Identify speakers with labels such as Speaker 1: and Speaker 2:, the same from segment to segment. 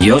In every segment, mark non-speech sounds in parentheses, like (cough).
Speaker 1: よ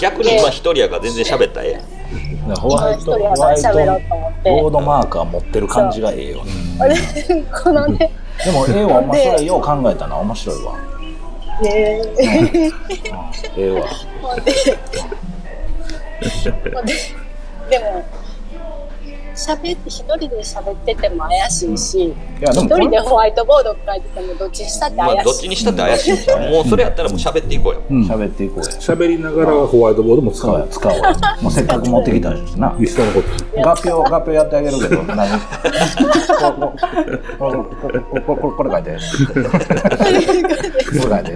Speaker 2: 逆に今一人やから全然喋ったらええやん
Speaker 3: ホワイト、ホワイト
Speaker 4: 喋ろうと思って
Speaker 3: ボードマーカー持ってる感じがええよね。
Speaker 4: このね、
Speaker 3: でも、ええわ、お前それよう考えたな、面白いわ。
Speaker 4: ね
Speaker 3: ええわ。
Speaker 4: でも喋って一人で喋ってても怪しいし、
Speaker 3: いや、でも
Speaker 4: 一
Speaker 3: これ、
Speaker 4: 人でホワイトボード書いててもどっちにしたって
Speaker 2: まあ
Speaker 4: 怪
Speaker 2: どっ
Speaker 4: し
Speaker 2: ち
Speaker 4: い、
Speaker 2: にしたって怪しいじゃんもうそれやったらもう喋っていこうよ
Speaker 3: 喋っていこうや。
Speaker 5: 喋りながらホワイトボードも使
Speaker 3: 使うや、
Speaker 5: う。
Speaker 3: 使うわ。もうせっかく持ってきたしな。
Speaker 5: 一緒のこと。
Speaker 3: 合票、合票やってあげるけど、何こここここここれ書いて。これ書いて。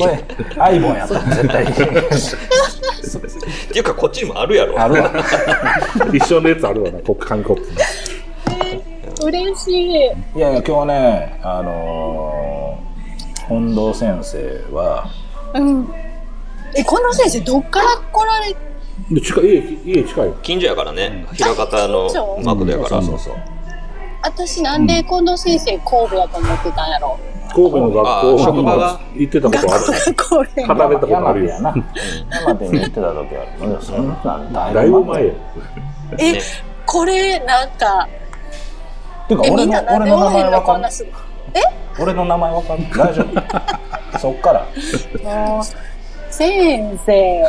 Speaker 3: これ、アイボンやった、絶対。
Speaker 2: っていうかこっちにもあるやろ
Speaker 3: ある (laughs) わ。
Speaker 5: 一緒のやつあるわな、コップ紙コップ。
Speaker 4: 嬉しい
Speaker 3: いやいや今日ねあのー、本堂先生は
Speaker 4: えこの先生どっから来られ
Speaker 5: で、近い、家、家近いよ。
Speaker 2: 近所やからね平方のマクドやか
Speaker 3: そ
Speaker 2: ら
Speaker 3: うそうそう
Speaker 4: 私なんで近藤先生神戸やと思ってたんやろ、
Speaker 5: 神戸の学校
Speaker 2: あ職場が
Speaker 5: 行ってたことある。
Speaker 4: 学校
Speaker 5: 働いたことあ
Speaker 3: 山
Speaker 5: る
Speaker 3: 手
Speaker 5: よ
Speaker 3: や。な山手に行ってた時はあるそんなん
Speaker 5: だいぶ前よ。
Speaker 4: え、
Speaker 2: ね
Speaker 4: これなんか
Speaker 3: ていうか
Speaker 4: えみ
Speaker 3: 俺
Speaker 4: ん
Speaker 3: の
Speaker 4: ななん
Speaker 3: 俺
Speaker 4: で
Speaker 3: の名
Speaker 4: おへ
Speaker 3: 前
Speaker 4: んの
Speaker 3: わ
Speaker 4: こ
Speaker 3: か
Speaker 4: ん
Speaker 3: ん
Speaker 4: なすぐ
Speaker 3: 俺の名前わかん大丈夫そっから
Speaker 4: もう先生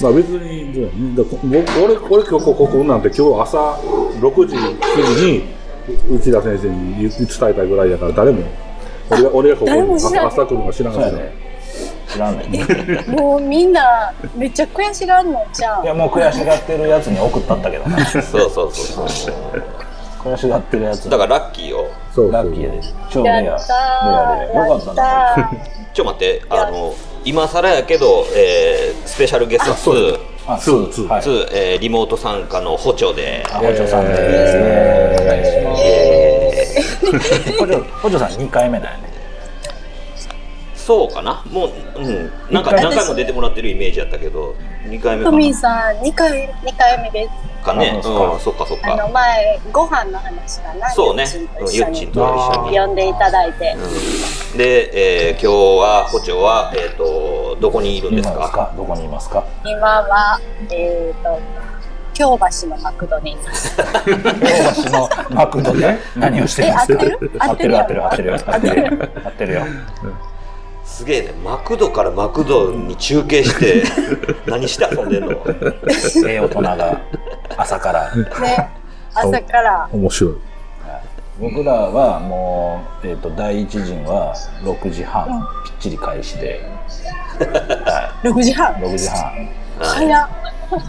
Speaker 5: まあ別に、うんだから僕俺、俺今日こここんなんて今日朝6時過ぎに内田先生に言伝えたぐらいやから誰も、俺が俺がここ
Speaker 4: 誰も
Speaker 5: に
Speaker 4: 知らん
Speaker 5: 朝来るのは知らん
Speaker 3: そうや
Speaker 5: し
Speaker 3: で
Speaker 5: ね。
Speaker 3: 知らんねんい
Speaker 4: もうみんなめっちゃ悔しがるのじゃん
Speaker 3: やもう悔しがってるやつに送ったったけどな
Speaker 2: そうそうそうそ
Speaker 3: 悔しがってるやつ
Speaker 2: うだからラッキーを
Speaker 5: そうそ
Speaker 3: ラ
Speaker 5: う
Speaker 3: ッキーやで超レアレ
Speaker 4: やった
Speaker 3: ア
Speaker 4: ー
Speaker 3: でよかったな (laughs)
Speaker 4: やっ
Speaker 2: ちょ待ってあの今更やけど、えースペシャルゲスト
Speaker 5: あそう
Speaker 2: 2
Speaker 5: だ
Speaker 3: あ
Speaker 5: ツーツー
Speaker 3: はい
Speaker 2: ツーえーリモート参加の補聴で
Speaker 3: あ補助さんです
Speaker 2: え
Speaker 3: 補助補助さん2回目だよね
Speaker 2: ーそうかなもう、うん、なんか
Speaker 3: 一回
Speaker 2: 何回も出てもらってるイメージやったけど2回目
Speaker 4: た
Speaker 2: か
Speaker 4: ト
Speaker 2: な
Speaker 4: ミーさん2回二回目です
Speaker 2: かね
Speaker 3: あそうか
Speaker 2: うんそっかそっ
Speaker 4: あの
Speaker 2: か
Speaker 4: 前ご飯の話かな
Speaker 2: そうね
Speaker 4: ゆっちんと
Speaker 2: うん
Speaker 4: 一
Speaker 2: ゆ
Speaker 4: 緒
Speaker 2: っ
Speaker 4: に
Speaker 2: ちんと一緒に
Speaker 4: 呼んでいただいて
Speaker 2: で、えー今日は補聴は、えー、とどこにいるん
Speaker 3: 今で
Speaker 2: で
Speaker 3: すす
Speaker 2: か
Speaker 3: かどこにいますか
Speaker 4: 今はえっ、と京橋のマクドにいます
Speaker 3: 京橋のマクドで何 (laughs) をしてる
Speaker 4: え
Speaker 3: んで
Speaker 4: 合っ
Speaker 3: す
Speaker 4: て
Speaker 3: か
Speaker 4: る
Speaker 3: 合ってる合ってる合
Speaker 4: 合
Speaker 3: ってる合ってる合ってるよ
Speaker 2: すげえねマクドからマクドに中継して何して遊んでんの
Speaker 3: ええ大人が朝から
Speaker 4: ね朝から
Speaker 5: 面白い。
Speaker 3: 僕らはもう、えー、と第一陣は6時半ぴっちり開始で、は
Speaker 4: 6時
Speaker 3: い、
Speaker 4: 半
Speaker 3: 6時半
Speaker 4: 早っ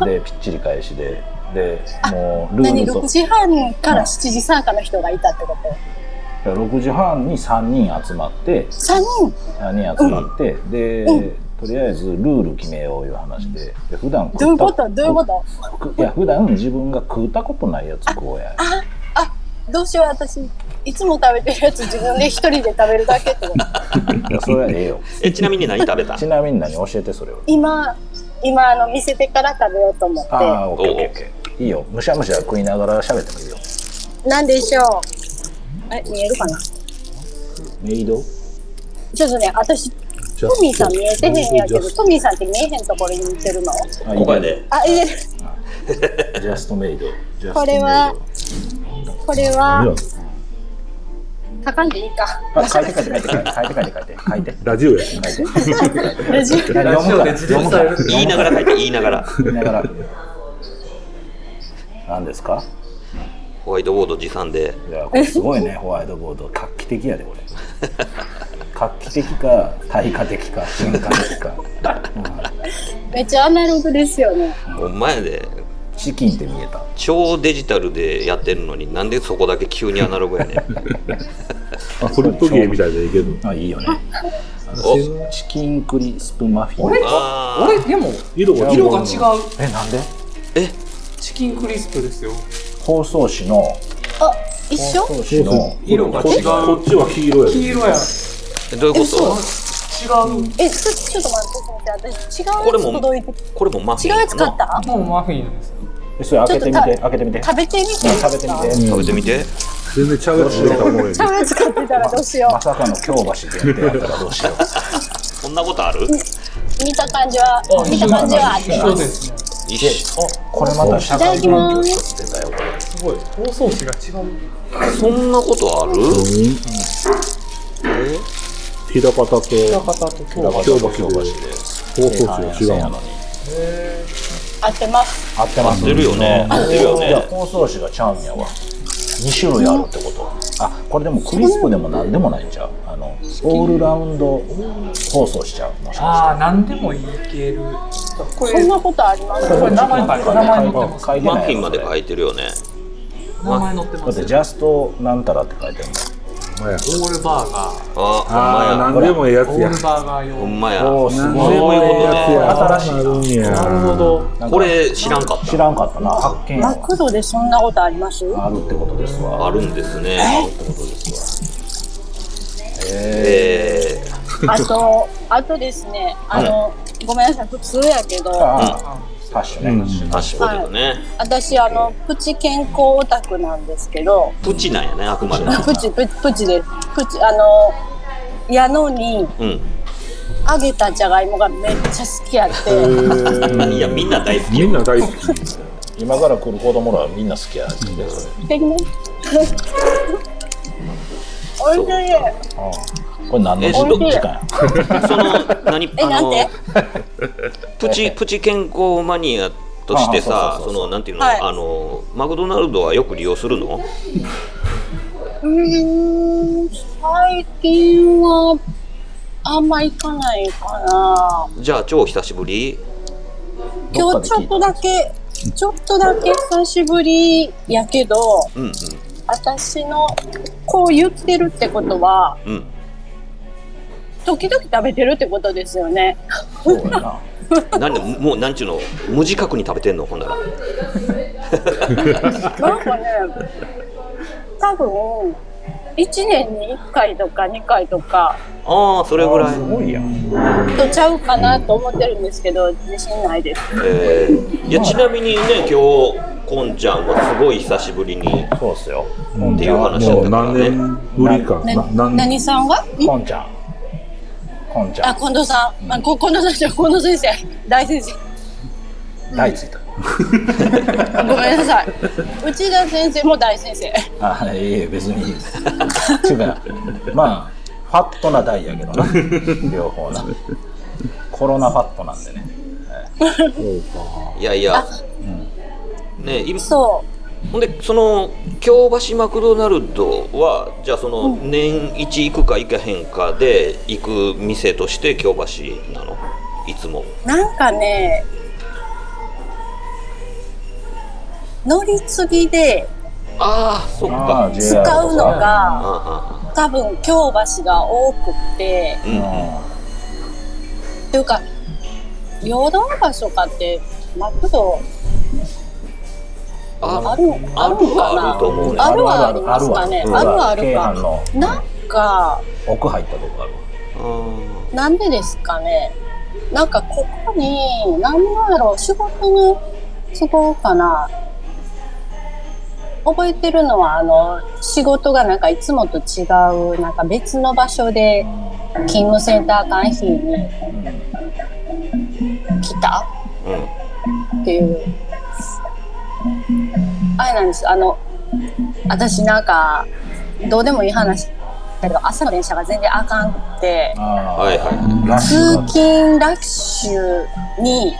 Speaker 3: でぴっちり開始ででもうルー
Speaker 4: 何
Speaker 3: ルと
Speaker 4: 6時半から7時参加の人がいたってこと
Speaker 3: 6時半に3人集まって
Speaker 4: 3人
Speaker 3: 3人集まって、で、とりあえずルール決めよういう話でで普段食
Speaker 4: どう
Speaker 3: っ
Speaker 4: いう
Speaker 3: た
Speaker 4: ことどういうこと
Speaker 3: くいや普段自分が食うたことないやつ食おうや
Speaker 4: ああどうしよう私いつも食べてるやつ自分で一人で食べるだけってこと
Speaker 3: いやそれはええよ
Speaker 2: えちなみに何食
Speaker 3: (laughs)
Speaker 2: べた
Speaker 3: ちなみに何教えてそれを
Speaker 4: 今今あの見せてから食べようと思
Speaker 3: あ
Speaker 4: っ
Speaker 3: あオッケーオッケーオッケーいいよむしゃむしゃ食いながら喋ってもいいよ
Speaker 4: てなんでしょうえ見えるかな
Speaker 3: メイド
Speaker 4: ちょっとね私ト
Speaker 5: じゃ
Speaker 4: ミーさん見えてへんやけ
Speaker 5: ジャ
Speaker 4: ど
Speaker 5: ス
Speaker 4: トミーさんって見えへんところに似てるの
Speaker 3: あ
Speaker 2: ここやで
Speaker 4: あいえ
Speaker 3: ジャストメイドジャストメイド
Speaker 4: これはこれ
Speaker 5: いや
Speaker 4: は書かんでいいか
Speaker 3: あ書いて書いて書いて書いて書いて書いて書いて書いて
Speaker 5: ラジオやし。
Speaker 3: 書いて
Speaker 4: ラジオ
Speaker 3: 読むから読むから
Speaker 2: 言いながら書いて言いながら
Speaker 3: 読みながら何ですか
Speaker 2: ホワイトボード持参で
Speaker 3: いやこれすごいねホワイトボード画期的やでこれ画期的か対価的か進化的か、うん
Speaker 4: めっちゃアナログですよね
Speaker 2: お前で
Speaker 3: チキンって見えた
Speaker 2: 超デジタルでやってるのになんでそこだけ急にアナログやねん
Speaker 5: あ、フリップゲーみたいでいいけど。
Speaker 3: あいいよね
Speaker 5: お
Speaker 3: チキンクリスプマフィン。
Speaker 2: あ
Speaker 6: あれでも
Speaker 5: 色が
Speaker 6: 色が違う
Speaker 3: え、なんで
Speaker 6: チキンクリスプですよ
Speaker 3: 包装紙の、
Speaker 4: あ、一緒
Speaker 3: 包装紙の、
Speaker 6: 色が
Speaker 5: こ
Speaker 6: 違う
Speaker 5: こっちは黄色や
Speaker 6: 黄
Speaker 5: で
Speaker 6: 色や
Speaker 2: えどういうこ
Speaker 4: 嘘
Speaker 2: と
Speaker 6: 違う
Speaker 4: え、ちょちょっと待って、ちょっと待って私違うや
Speaker 2: これ
Speaker 4: つ
Speaker 2: も
Speaker 4: 届いて
Speaker 2: これもマフ
Speaker 4: 違
Speaker 2: ィ
Speaker 4: う
Speaker 2: ンや
Speaker 4: やつ買っ
Speaker 2: な
Speaker 4: た
Speaker 6: もうマフィンです
Speaker 3: えそれ開けてみ、
Speaker 4: ちょって
Speaker 3: 開けてみて。
Speaker 4: 食べてみていいですか
Speaker 3: 食べてみて。
Speaker 2: 食べてみて
Speaker 5: 全然ちゃうやつ出てきたもんや
Speaker 4: ちゃうやつ買ってたらどうしよ
Speaker 3: まさかの京橋限定やったらどうしよう。
Speaker 2: そんなことある
Speaker 4: う見た感じは、見た感じはあり
Speaker 6: 一
Speaker 4: ま
Speaker 6: 緒ですすね
Speaker 2: 一
Speaker 3: で
Speaker 2: 緒、
Speaker 3: これまた社会勉強してたよ、これ。
Speaker 6: すごい包装紙が違う
Speaker 2: そんなことある
Speaker 5: ひらパタと
Speaker 6: 裏方と今日
Speaker 5: 京橋で包装紙が違うの
Speaker 4: 合ってます
Speaker 3: 合ってます
Speaker 2: 合ってるよね合ってるよね
Speaker 3: じゃあ包装紙がちゃうんやわ2種類あるってことあこれでもクリスプでも何でもないんちゃうあのオールラウンド包装しちゃうもし
Speaker 6: ああ
Speaker 3: か
Speaker 6: 何でもいけるこ
Speaker 4: そ
Speaker 6: れ
Speaker 4: んなことあります
Speaker 6: これ名前
Speaker 3: して
Speaker 6: 名前載ってます
Speaker 3: 書いて
Speaker 2: マ
Speaker 3: ない
Speaker 2: フィンまで書
Speaker 3: い
Speaker 2: いてるよね
Speaker 6: 名前載って
Speaker 3: だ
Speaker 6: ま
Speaker 3: っ
Speaker 6: す
Speaker 3: て
Speaker 6: よ
Speaker 3: ジャストなんたらって書いてる
Speaker 6: オールバーガー
Speaker 2: あ
Speaker 5: ああ何でもええやつ
Speaker 6: オー
Speaker 5: や
Speaker 6: ルバーガー
Speaker 2: ほ
Speaker 6: 用
Speaker 2: んまや
Speaker 3: の
Speaker 2: ほんまや
Speaker 3: す
Speaker 5: 何でもええやつや
Speaker 3: 新しい
Speaker 5: るんや
Speaker 6: なるほど
Speaker 3: な
Speaker 2: これ知らんかっ
Speaker 3: 知らんかったな発見
Speaker 4: マクドでそんなことあります
Speaker 3: があるってことです
Speaker 2: た
Speaker 3: わ
Speaker 2: あるんですね
Speaker 3: え
Speaker 2: え
Speaker 4: あと、あとですね、あの、ごめんなさい、普通やけど、
Speaker 3: ー、あーパッションね、
Speaker 2: ー、ハッシュポテトね、
Speaker 4: 私、あの、プチ健康オタクなんですけど、
Speaker 2: プチなんやねあく (laughs) まで
Speaker 4: プチ、プチ、プチです。プチ、あの、やのに、
Speaker 2: うん
Speaker 4: 揚げたじゃがいもがめっちゃ好きやって、
Speaker 2: いやみんな大好き
Speaker 5: みんな大好き
Speaker 3: 今から来る子供らはみんな好きやでそれ
Speaker 4: できないおいしい。
Speaker 3: これ何の時間時間や
Speaker 2: その何
Speaker 4: え、
Speaker 2: あ
Speaker 4: なん
Speaker 2: の
Speaker 4: て
Speaker 2: プチプチ健康マニアとしてさ
Speaker 3: あそ
Speaker 2: そう
Speaker 3: そうそうそう
Speaker 2: のなんていうの、
Speaker 4: はい
Speaker 2: あのマクドナルドはよく利用するの
Speaker 4: うーん、最近は、あんま行かないかな。
Speaker 2: じゃあ超久しぶり
Speaker 4: 今日ちょっとだけ、ちょっとだけ久しぶりやけど、
Speaker 2: うんうん
Speaker 4: 私のこう言ってるってことは、
Speaker 2: うん
Speaker 4: 時々食べてるってことですよ (laughs) ね。
Speaker 3: そうやな
Speaker 2: なんでももうなんちゅうの無自覚に食べてんのほんな
Speaker 4: な
Speaker 2: ら
Speaker 4: んかね、多分、1年に1回とか2回とか、
Speaker 2: ああそれぐらい
Speaker 4: とちゃうかなと思ってるんですけど、自信ないです。
Speaker 2: えー、いやちなみにね今日こんちゃんはすごい久しぶりに
Speaker 3: そうっすよ
Speaker 2: っていう話だ
Speaker 5: もう
Speaker 2: ったか
Speaker 5: 何
Speaker 2: らね
Speaker 5: 年ぶりか
Speaker 4: な
Speaker 5: な何
Speaker 4: 何さんがん
Speaker 3: こんちゃんこんちゃ
Speaker 4: あ、
Speaker 3: ん
Speaker 4: 近藤さん。あ、こ近藤さんじゃない近藤先生。大先生。
Speaker 3: 大ついた
Speaker 4: ごめんなさ (laughs) い。内田先生も大先生。
Speaker 3: あいえいえ別にいいですちゅうかまあファットな大やけどな両方なコロナファットなんでね
Speaker 2: いやいやね今
Speaker 4: そ
Speaker 2: ほんでその京橋マクドナルドはじゃあその年一行くか行かへんかで行く店として京橋なのいつも
Speaker 4: う。なんかね、乗り継ぎで
Speaker 2: ああそっ
Speaker 3: あ
Speaker 2: か
Speaker 3: あ JR
Speaker 4: 使うの
Speaker 2: あ
Speaker 4: が、
Speaker 2: あ
Speaker 4: 多分京橋が多くて、
Speaker 2: ああうんうん
Speaker 3: う
Speaker 4: というか、養道橋とかって、マクドあ
Speaker 2: あ
Speaker 4: るあ
Speaker 2: あ
Speaker 4: る
Speaker 2: る
Speaker 4: のか
Speaker 2: はあると
Speaker 4: な
Speaker 2: 思うね
Speaker 4: あるはありますかね。
Speaker 2: あ
Speaker 4: あ
Speaker 3: わ
Speaker 4: る
Speaker 2: る
Speaker 4: はある
Speaker 3: 京阪
Speaker 4: か。
Speaker 3: の
Speaker 4: なんか、
Speaker 3: 奥入ったとこある
Speaker 2: あ
Speaker 4: なんでですかね。なんかここに、なんだろう、仕事に都合かな。覚えてるのは、あの、仕事がなんかいつもと違う、なんか別の場所で勤務センター間費に来た
Speaker 2: ーうん
Speaker 4: っていう。あれなんです。あの、私なんか、どうでもいい話だけど、朝の電車が全然あかんくて、
Speaker 3: は
Speaker 2: はいは
Speaker 3: ラッシュ
Speaker 4: 通
Speaker 3: が
Speaker 4: 勤ラッシュに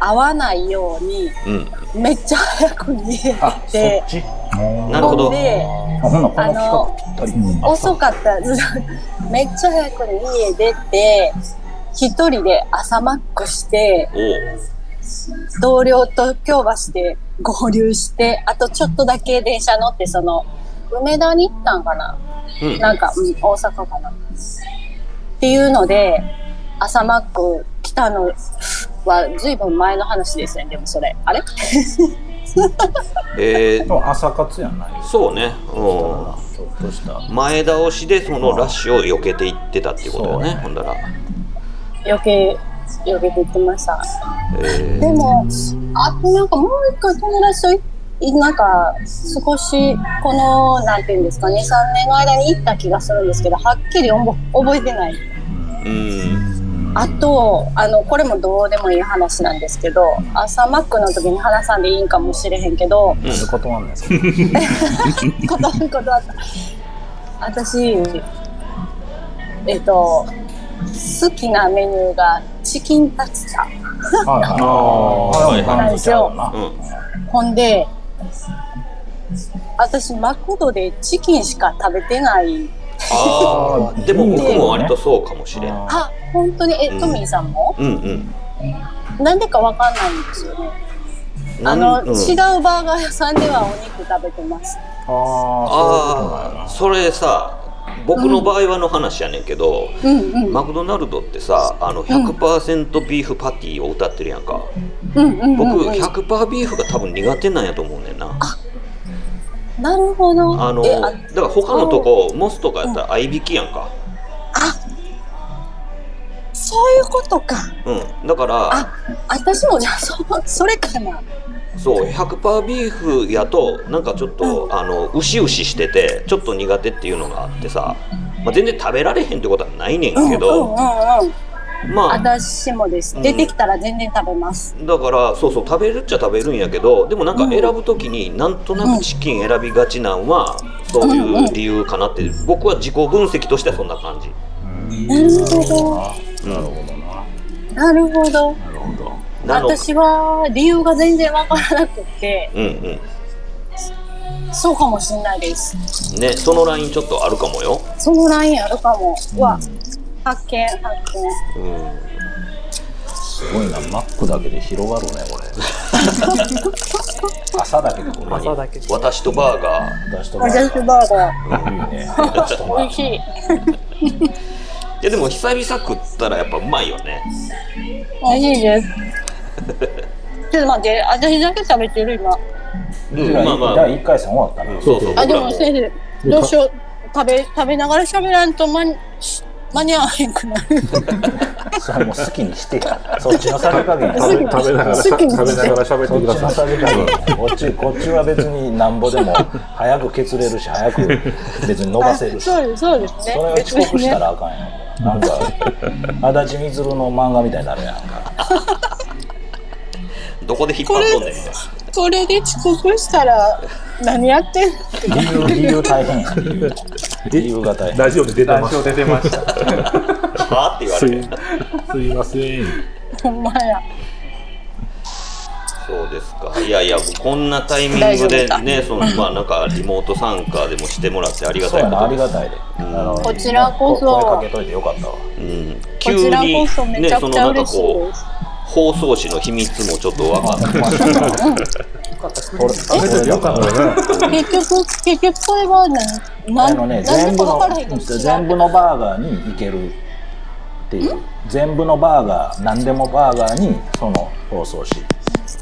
Speaker 4: 合わないように
Speaker 2: いうん
Speaker 4: めっちゃ早く逃げ
Speaker 3: あそ
Speaker 4: て
Speaker 3: っち
Speaker 2: なるほど
Speaker 4: で
Speaker 3: あほんならこの企画ぴったり
Speaker 4: 遅かったですめっちゃ早く逃げ出て一人で朝マックして
Speaker 2: お
Speaker 4: 同僚と京橋で合流してあとちょっとだけ電車乗ってその梅田に行ったんかな、
Speaker 2: うん
Speaker 4: なんか、うん、大阪かなっていうので、朝マック来たのは、ずいぶん前の話ですね、でもそれ。あれ
Speaker 2: え
Speaker 3: で
Speaker 2: ー
Speaker 3: も朝活やない
Speaker 2: そうね、
Speaker 3: から
Speaker 2: う
Speaker 3: ちょっとした
Speaker 2: ん、前倒しでそのラッシュを避けていってたっていうことだよね、
Speaker 3: そうね
Speaker 2: ほんだら。
Speaker 4: 余計、余計てきました。
Speaker 2: え
Speaker 4: でも、あとなんかもう一回友達とい、なんか少しこのなんていうんですかね3年の間に行った気がするんですけどはっきりおぼ覚えてない
Speaker 2: ーうん、
Speaker 4: あとあのこれもどうでもいい話なんですけど朝マックの時に話さんでいいんかもしれへんけど
Speaker 3: なんで断んないんですか
Speaker 4: 断ることあった私えっと好きなメニューがチキンタツタ
Speaker 3: はいはいはい
Speaker 2: あ
Speaker 3: は
Speaker 2: ー
Speaker 3: いは
Speaker 2: うん、
Speaker 4: ほんで、私、マクドでチキンしか食べてない。
Speaker 2: ああ、でも僕も割とそうかもしれん。
Speaker 3: い
Speaker 4: あ、本当に、え、
Speaker 2: うん
Speaker 4: トミーさんも
Speaker 2: うんうん。
Speaker 4: なんでかわかんないんですよね。あ
Speaker 2: なん
Speaker 4: の、
Speaker 2: うん
Speaker 4: 違うバーガー屋さんではお肉食べてます。
Speaker 2: ああ、それさ、僕の場合はの話やねんけど、
Speaker 4: うんうん。
Speaker 2: マクドナルドってさ、あの100%ビーフパティを歌ってるやんか。
Speaker 4: うんうんうん、
Speaker 2: 僕
Speaker 4: うん。
Speaker 2: 100%ビーフが多分苦手なんやと思うねんな。
Speaker 4: なるほど。
Speaker 2: あの
Speaker 4: え、あ
Speaker 2: だから他のとこモスとかやったら合いびきやんか。
Speaker 4: そういうことか。
Speaker 2: うん、だから
Speaker 4: あ、私もじゃあ、そ、それかな。
Speaker 2: そう100%ビーフやとなんかちょっと、あの牛牛しててちょっと苦手っていうのがあってさ、まあ、全然食べられへんってことはないねん
Speaker 4: うんうんう
Speaker 2: けど、
Speaker 4: んうん。
Speaker 2: まあだ
Speaker 4: 私もです
Speaker 2: う。ん
Speaker 4: 出てきたら全然食べます。
Speaker 2: からそうそう食べるっちゃ食べるんやけどでもなんか選ぶ時になんとなくチキン選びがちなんはそういう理由かなって僕は自己分析としてはそんな感じ。
Speaker 4: なるほど。
Speaker 2: うん
Speaker 4: なるほど。
Speaker 2: なの
Speaker 4: 私は理由が全然わからなくて
Speaker 2: うんうん
Speaker 4: そうかもしれないです
Speaker 2: ね、そのラインちょっとあるかもよ。
Speaker 4: そのラインあるかもうわ発見発見
Speaker 2: うん
Speaker 3: すごいなマックだけで広がるね
Speaker 2: (laughs)
Speaker 3: これ朝だけでこれ
Speaker 6: 朝だけで
Speaker 2: 私とバーガー
Speaker 3: 出しと
Speaker 4: マジャスバーガ
Speaker 3: いいね
Speaker 4: ー (laughs) 美味しい
Speaker 2: いやでも久々食ったらやっぱうまいよね
Speaker 4: 美味しいですちょっと待って私だけ食べてる今
Speaker 2: うん
Speaker 3: 第
Speaker 2: まあまあ
Speaker 3: 第1回戦終わったね
Speaker 2: そうそう
Speaker 4: あで
Speaker 2: 僕ら
Speaker 4: も先生どうしよう食べ食べながら喋らんと間に間に合わへんくなる
Speaker 3: それもう好きにしてそっちのさじ加減
Speaker 5: 食べ食べ
Speaker 2: (laughs)
Speaker 5: ながらしゃ食べながら喋っ
Speaker 3: そっ
Speaker 5: てく
Speaker 3: ち
Speaker 5: だ
Speaker 3: の
Speaker 5: さ
Speaker 3: さ
Speaker 5: い
Speaker 3: じ加減こっちこっちは別になんぼでも早く削れるし早く別に伸ばせるしそ
Speaker 4: (laughs) そうですそうですね
Speaker 3: れを遅刻したらあかんやんなん
Speaker 4: (laughs)
Speaker 3: か足立みずるの漫画みたいになるやんか
Speaker 2: どこで引っ張っとんねんみたい
Speaker 4: それで遅刻したら何やってんの
Speaker 3: 理由理由大変やん理由理由が大変
Speaker 5: ラジオで出て
Speaker 6: ラ
Speaker 5: ま
Speaker 6: ジオ
Speaker 5: す
Speaker 6: 出てました。
Speaker 2: なはあって言わ
Speaker 5: す
Speaker 2: れ
Speaker 5: い
Speaker 2: て
Speaker 5: すいません
Speaker 4: ほんまや
Speaker 2: そうですかいやいやこんなタイミングでねそのまあなんかリモート参加でもしてもらってありが
Speaker 3: そう
Speaker 2: たい
Speaker 3: や
Speaker 2: こ
Speaker 3: なあり
Speaker 2: と
Speaker 3: がたいであの
Speaker 4: こちらこそ
Speaker 3: 声かけといてよかったわ
Speaker 2: うん
Speaker 4: こ
Speaker 2: 急
Speaker 4: ちらこそ
Speaker 2: に
Speaker 4: めち
Speaker 2: ね
Speaker 4: ゃ
Speaker 2: そ
Speaker 4: く
Speaker 2: の
Speaker 4: ちゃ
Speaker 2: なんか
Speaker 4: 嬉しい
Speaker 2: こ
Speaker 4: で
Speaker 2: う
Speaker 4: す。
Speaker 2: 放送紙の秘密もちょっと分かっ
Speaker 5: 食べててよかったよね
Speaker 4: 結局、結局これは何、
Speaker 3: あ
Speaker 4: なん、
Speaker 3: のね、
Speaker 4: なん
Speaker 3: 全
Speaker 4: でか
Speaker 3: 部
Speaker 4: 分
Speaker 3: の
Speaker 4: からへんかもしれない
Speaker 3: 全部のバーガーに行けるっていう全部のバーガー何でもバーガーにその包装し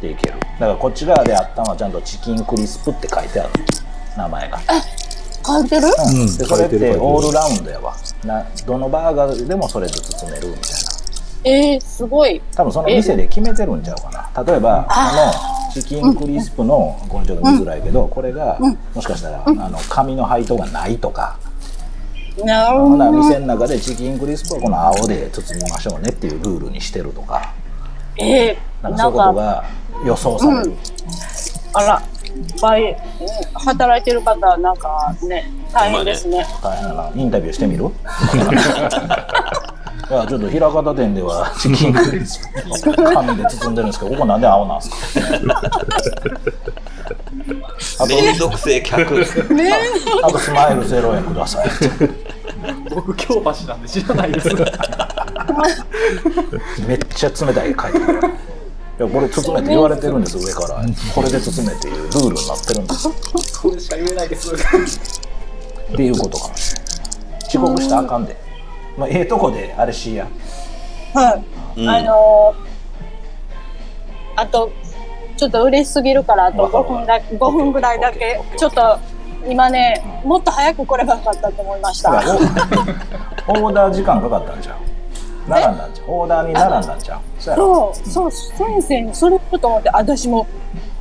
Speaker 3: ていけるだからこっち側であったのはちゃんとチキンクリスプって書いてある名前が、
Speaker 4: 書いてる
Speaker 3: うん
Speaker 5: うん
Speaker 3: でそれっ
Speaker 5: 書いてる書いて
Speaker 3: て
Speaker 5: る
Speaker 3: オールラウンドやわなどのバーガーでもそれずつ詰めるみたいな
Speaker 4: えー、すごい。
Speaker 3: 多分その店で決めてるんちゃうかな例えばあのチキンクリスプのこれちょっと見づらいけど、これがもしかしたら、あの紙の配当がないとか、
Speaker 4: なる
Speaker 3: ほ
Speaker 4: ほ
Speaker 3: な
Speaker 4: ど。
Speaker 3: 店の中でチキンクリスプはこの青で包みましょうねっていうルールにしてるとか
Speaker 4: え
Speaker 3: な
Speaker 4: ー、
Speaker 3: んか
Speaker 4: な
Speaker 3: そうい
Speaker 4: ん
Speaker 3: うこと
Speaker 4: か、
Speaker 3: が予想される、
Speaker 4: あら、バイ、働いてる方はなんかね、大変ですね。
Speaker 3: 大変やなインタビューしてみる (laughs) いやちょっと平方店ではチキンクリスプの紙で包んでるんですけどここなんで青なんですか
Speaker 2: ためんどくせえ客
Speaker 4: ね
Speaker 3: あとスマイルゼロ円ください
Speaker 6: 僕京橋なんで知らないです。
Speaker 3: めっちゃ冷たい書いてあるいやこれ包めって言われてるんです上からこれで包めっていうルールになってるんです
Speaker 6: それしか言えないです。
Speaker 3: っていうことかもしれない遅刻したらあかんでまあ、ええとこであれしいや
Speaker 4: はい。
Speaker 2: うん
Speaker 4: あのーあとちょっと嬉しすぎるからあと
Speaker 3: わかる
Speaker 4: 5分だ5分ぐらいだけ
Speaker 3: OK OK
Speaker 4: ちょっと今ねもっと早く来ればよかったと思いました
Speaker 3: だからおオーダー時間かかったんじゃん並んだんじゃんオーダーに並んだんじゃんそうやろ
Speaker 4: そうそう先生にそれこと思って私も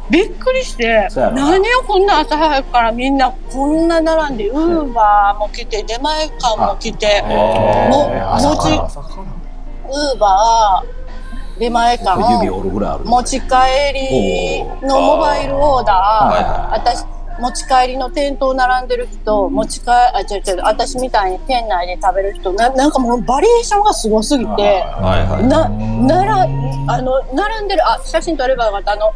Speaker 4: びっくりして
Speaker 3: そうやろな
Speaker 4: 何をこんな朝早くからみんなこんな並んでウーバーも来て出前館も来て
Speaker 3: え
Speaker 4: も
Speaker 3: ー
Speaker 4: も
Speaker 3: 朝
Speaker 4: ち
Speaker 3: から
Speaker 4: ウーバー出前館
Speaker 3: 指折るぐらいある
Speaker 4: 持ち帰りのモバイルオー
Speaker 3: はいはい
Speaker 4: ダー、
Speaker 3: はい
Speaker 4: 私、持ち帰りの店頭並んでる人、持ち帰あ、違う違う、私みたいに店内で食べる人、ななんかもうバリエーションがすごすぎて、
Speaker 2: はいはい
Speaker 4: な、なら、あの、並んでる、あ、写真撮ればよかった、あの、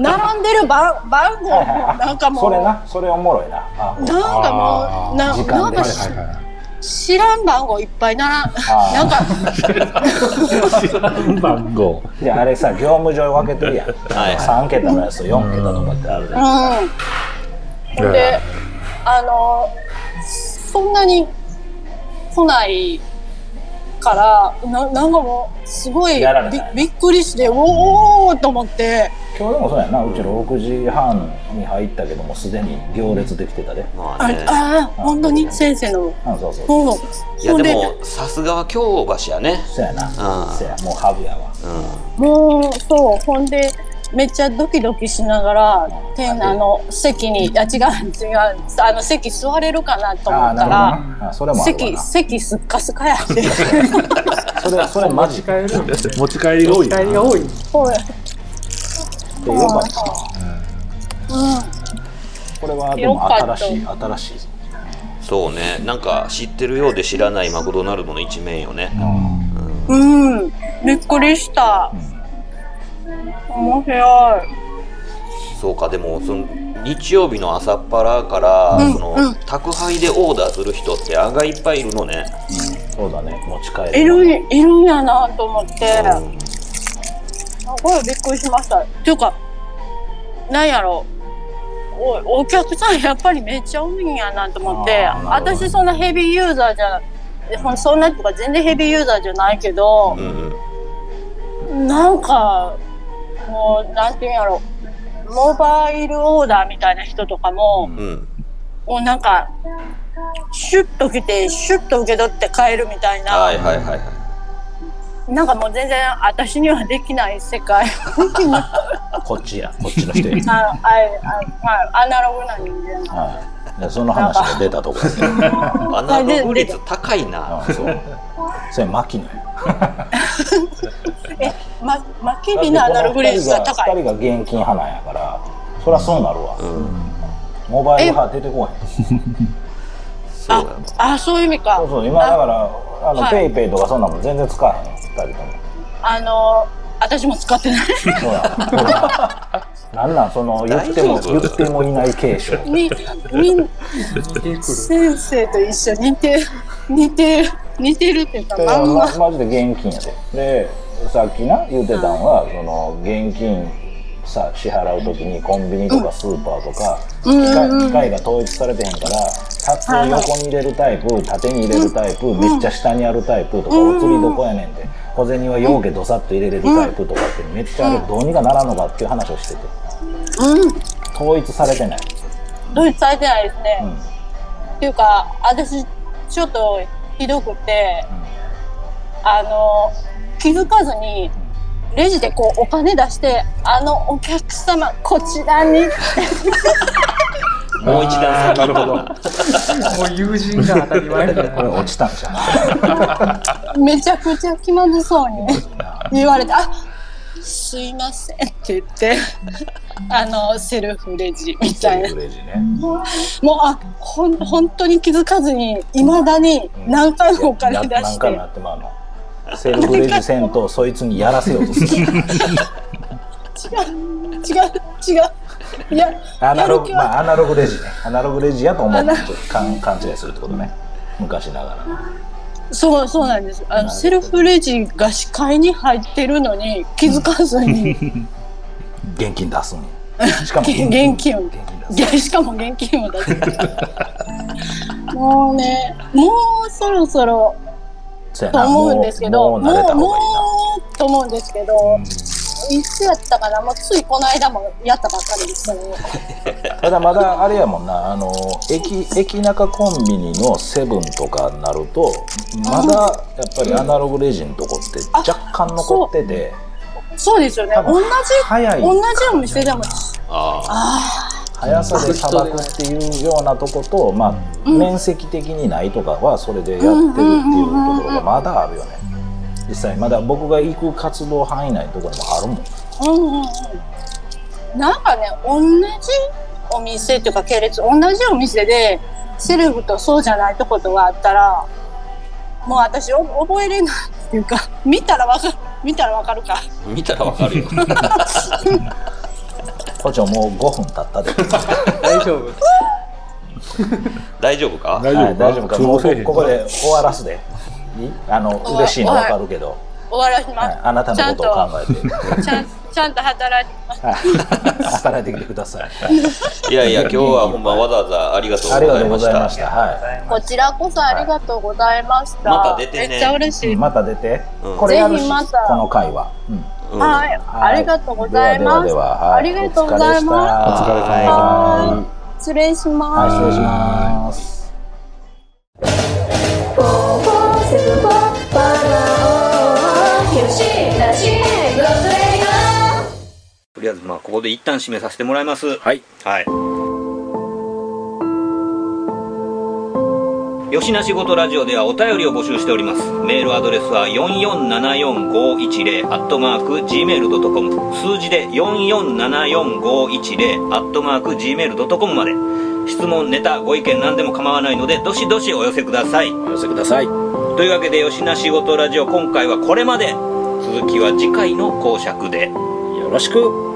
Speaker 4: 並んでる
Speaker 3: (laughs)
Speaker 4: 番、番号も、なんかも、
Speaker 3: そうれ
Speaker 4: な
Speaker 3: なそれおもろいなあ
Speaker 4: んかもう、な
Speaker 3: 時
Speaker 4: な
Speaker 3: 間
Speaker 4: ん
Speaker 3: で
Speaker 4: か
Speaker 5: はいはいはい
Speaker 4: 知らん番号いっぱい並ん、
Speaker 3: あー
Speaker 4: なんか、
Speaker 5: 番号
Speaker 3: であれさ業務上分けてるやん
Speaker 2: い
Speaker 3: 3桁のやつと4桁とかってあるじゃん
Speaker 4: うん。で、あの、そんなに来ないから、ななんかもう、すごい
Speaker 3: やられ
Speaker 4: び
Speaker 3: た
Speaker 4: びっくりして、おーと思って、
Speaker 3: 今日でもそうやなうち6時半に入ったけどもすでに行列できてたで
Speaker 2: まあ
Speaker 4: あ
Speaker 2: ね
Speaker 4: あー、本当に先生の。
Speaker 3: あそうそう
Speaker 4: うん
Speaker 2: いや
Speaker 4: ほん
Speaker 2: で
Speaker 4: で
Speaker 2: もさすがは京橋やね
Speaker 3: そうやな
Speaker 2: あー
Speaker 3: そうやもうハブやわ
Speaker 2: う
Speaker 4: もう、そう、ほんで、めっちゃドキドキしながら、店内の席に、あ、違う、違う、あの、席座れるかなと思
Speaker 3: ああ
Speaker 4: っ
Speaker 3: な
Speaker 4: た
Speaker 3: る
Speaker 4: ら、
Speaker 3: ほどなあそれもあるわ
Speaker 4: 席、
Speaker 3: な
Speaker 4: 席すっかすかやって。
Speaker 3: それそれマジか
Speaker 6: 帰るんです
Speaker 5: 持ち帰りが多い
Speaker 6: 帰りが多い。
Speaker 4: そうや
Speaker 3: ってよかった
Speaker 4: うん。
Speaker 3: これはでも新しい新しいぞ
Speaker 2: んそうねなんか知ってるようで知らないマクドナルドの一面よね
Speaker 4: (laughs) うん、びっくりした。面白い。
Speaker 2: そうかでもその日曜日の朝っぱらから、
Speaker 4: うん
Speaker 2: その、
Speaker 4: うん
Speaker 2: 宅配でオーダーする人って案外いっぱいいるのね、
Speaker 3: そうだね持ち帰り
Speaker 4: いるん、いるんやなと思って、
Speaker 2: うん
Speaker 4: すごいびっくりしました。っていうか、なんやろお、お客さんやっぱりめっちゃ多いんやなと思って、
Speaker 3: あーなるほど
Speaker 4: 私そんなヘビーユーザーじゃ、ほんそんなとか全然ヘビーユーザーじゃないけど、
Speaker 2: うん
Speaker 4: なんか、もう、なんていうんやろ、モバイルオーダーみたいな人とかも、
Speaker 2: うん
Speaker 4: もうなんか、シュッと来て、シュッと受け取って帰るみたい
Speaker 2: はい
Speaker 4: な、
Speaker 2: はいはい
Speaker 4: なんかもう全然私にはできない世界。
Speaker 3: こっちやこっちの人や
Speaker 4: (laughs) ああいあはいアナログな人間な
Speaker 3: はいでその話が出たとこやね
Speaker 2: アナログ率高い
Speaker 3: あ
Speaker 2: な
Speaker 3: そうそれ牧野や
Speaker 4: え、ま、まきびのアナログ率は高い。
Speaker 3: 2人が現金派なんやからそりゃそうなるわ、モバイル派出てこへん
Speaker 2: そうや
Speaker 4: あ
Speaker 2: な、
Speaker 4: あ、そういう意味か。
Speaker 3: そうそう今だからあの、
Speaker 4: はい
Speaker 3: ペイペイとかそんなもん全然使わへん2人とも
Speaker 4: あの、私も使ってない。
Speaker 3: そうやん (laughs) そうやんなんなんその言っても
Speaker 2: 大丈夫
Speaker 3: 言ってもいない継承
Speaker 4: み、み、
Speaker 6: 似てくる。
Speaker 4: 先生と一緒に似て、似て、似てるっていうか、
Speaker 3: で
Speaker 4: まんま。
Speaker 3: まマジで現金やででさっきな言うてたんは、その現金さ支払う時にコンビニとかスーパーとか、
Speaker 4: ん
Speaker 3: 機
Speaker 4: うんう
Speaker 3: 械
Speaker 4: ん
Speaker 3: 機械が統一されてへんから縦に横に入れるタイプ縦に入れるタイプ、めっちゃ下にあるタイプとか、お釣りどこやねんで小銭はようけどさっと入れれるタイプとかってめっちゃあれどうにかならんのかっていう話をしてて
Speaker 4: うん。
Speaker 3: 統一されてない、
Speaker 4: ドイツされてないですね。
Speaker 3: うん
Speaker 4: っていうか私ちょっとひどくて、あの気づかずにレジでこうお金出して「あのお客様こちらに」
Speaker 2: もう一段先
Speaker 5: なるほど
Speaker 6: もう友人が当たり前みたい
Speaker 3: これ
Speaker 6: な。
Speaker 3: 落ちたんじゃない
Speaker 4: めちゃくちゃ気まずそうに言われて「あすいません」って言ってあのセルフレジみたいな
Speaker 3: セルフレジね
Speaker 4: もうあほん本当に気づかずにいまだに何回もお金出
Speaker 3: な
Speaker 4: し
Speaker 3: 何
Speaker 4: て。
Speaker 3: 回もやってまうのセルフレジせんとそいつにやらせようとする
Speaker 4: 違う違う違ういや
Speaker 3: アナロ
Speaker 4: やる
Speaker 3: グ、
Speaker 4: 気は
Speaker 3: まあ、アナログレジね。アナログレジやと思って、ちょっと勘勘違いするってことね。昔ながらの。
Speaker 4: そうそうなんですあのセルフレジが視界に入ってるのに気づか
Speaker 3: (laughs)
Speaker 4: ずに
Speaker 3: 現金出す
Speaker 4: (laughs)
Speaker 3: んやしかも
Speaker 4: 現金を
Speaker 3: 現金出す。
Speaker 4: でしかも現
Speaker 3: (laughs)
Speaker 4: 金を出すもうねもうそろそろ
Speaker 3: そや
Speaker 4: と
Speaker 3: な
Speaker 4: 思うんですけど、
Speaker 3: もうもう慣れた方
Speaker 4: も
Speaker 3: がいいな
Speaker 4: うと思うんですけど、いつやったかな、もうついこの間もやったばっかりですけど、
Speaker 3: ただまだあれやもんなあの駅駅中コンビニのセブンとかになるとまだやっぱりアナログレジのとこって若干残ってて
Speaker 4: そうですよね
Speaker 3: 多、
Speaker 4: 同
Speaker 3: 分
Speaker 4: じ、
Speaker 3: 早い
Speaker 4: 同じお店でも、
Speaker 2: あ
Speaker 3: 速さでさばくっていうようなとこと、まあ、面積的にないとかはそれでやってるっていうところがまだあるよね実際まだ僕が行く活動範囲内のところもあるもん
Speaker 4: うんうんうん、なんかね、同じお店っていうか系列、同じお店で、セルフとそうじゃないとことがあったら、もう私お覚えれないっていうか、見たらわかる、見たらわかるか。
Speaker 2: あ見たらわかるよ
Speaker 3: こっちはもう5分経ったで
Speaker 6: 大丈夫。
Speaker 2: 大丈夫か
Speaker 5: 大
Speaker 3: はい
Speaker 5: 丈
Speaker 3: 大
Speaker 5: 夫
Speaker 3: 丈夫
Speaker 5: か
Speaker 3: か
Speaker 5: 注
Speaker 3: も
Speaker 5: 文せえへ
Speaker 3: うんここで終わらすでいあの嬉しいのは分かるけど、
Speaker 4: 終わらしま
Speaker 3: はい
Speaker 4: す。
Speaker 3: あなたのことを考えて
Speaker 4: (laughs) ちゃんと、ちゃんちゃんと働いてます。
Speaker 3: はい働いてきてください
Speaker 2: いやいや今日はほんまわざわざありがとう
Speaker 3: あ
Speaker 2: ご
Speaker 3: りが
Speaker 2: ざ
Speaker 3: とう
Speaker 2: い
Speaker 3: ご
Speaker 2: まし
Speaker 3: ざい
Speaker 2: た
Speaker 3: ましたは
Speaker 4: こちらこそありがとうございました。
Speaker 2: はいまた出てね
Speaker 4: めっちゃ嬉し
Speaker 3: い
Speaker 4: い。
Speaker 3: また出て、
Speaker 2: うん
Speaker 3: これやる
Speaker 4: ぜ
Speaker 3: し
Speaker 4: ひまた
Speaker 3: この回は、うん
Speaker 2: うん
Speaker 4: はい、
Speaker 3: はい
Speaker 4: ありがとうございます。
Speaker 3: ではではでははい
Speaker 4: ありがとうござい
Speaker 3: お
Speaker 4: ま
Speaker 3: 疲れ様でした
Speaker 4: はいす。失礼します。
Speaker 3: はい、失礼します。
Speaker 1: とりあえずまあここで一旦締めさせてもらいます
Speaker 2: はい、はい、
Speaker 1: よしなしごとラジオではお便りを募集しておりますメールアドレスは4474510アットマーク Gmail.com 数字で4474510アットマーク Gmail.com まで質問ネタご意見何でも構わないのでどしどしお寄せください
Speaker 2: お寄せください
Speaker 1: というわけでよしなしごとラジオ今回はこれまで続きは次回の講釈で
Speaker 2: よろしく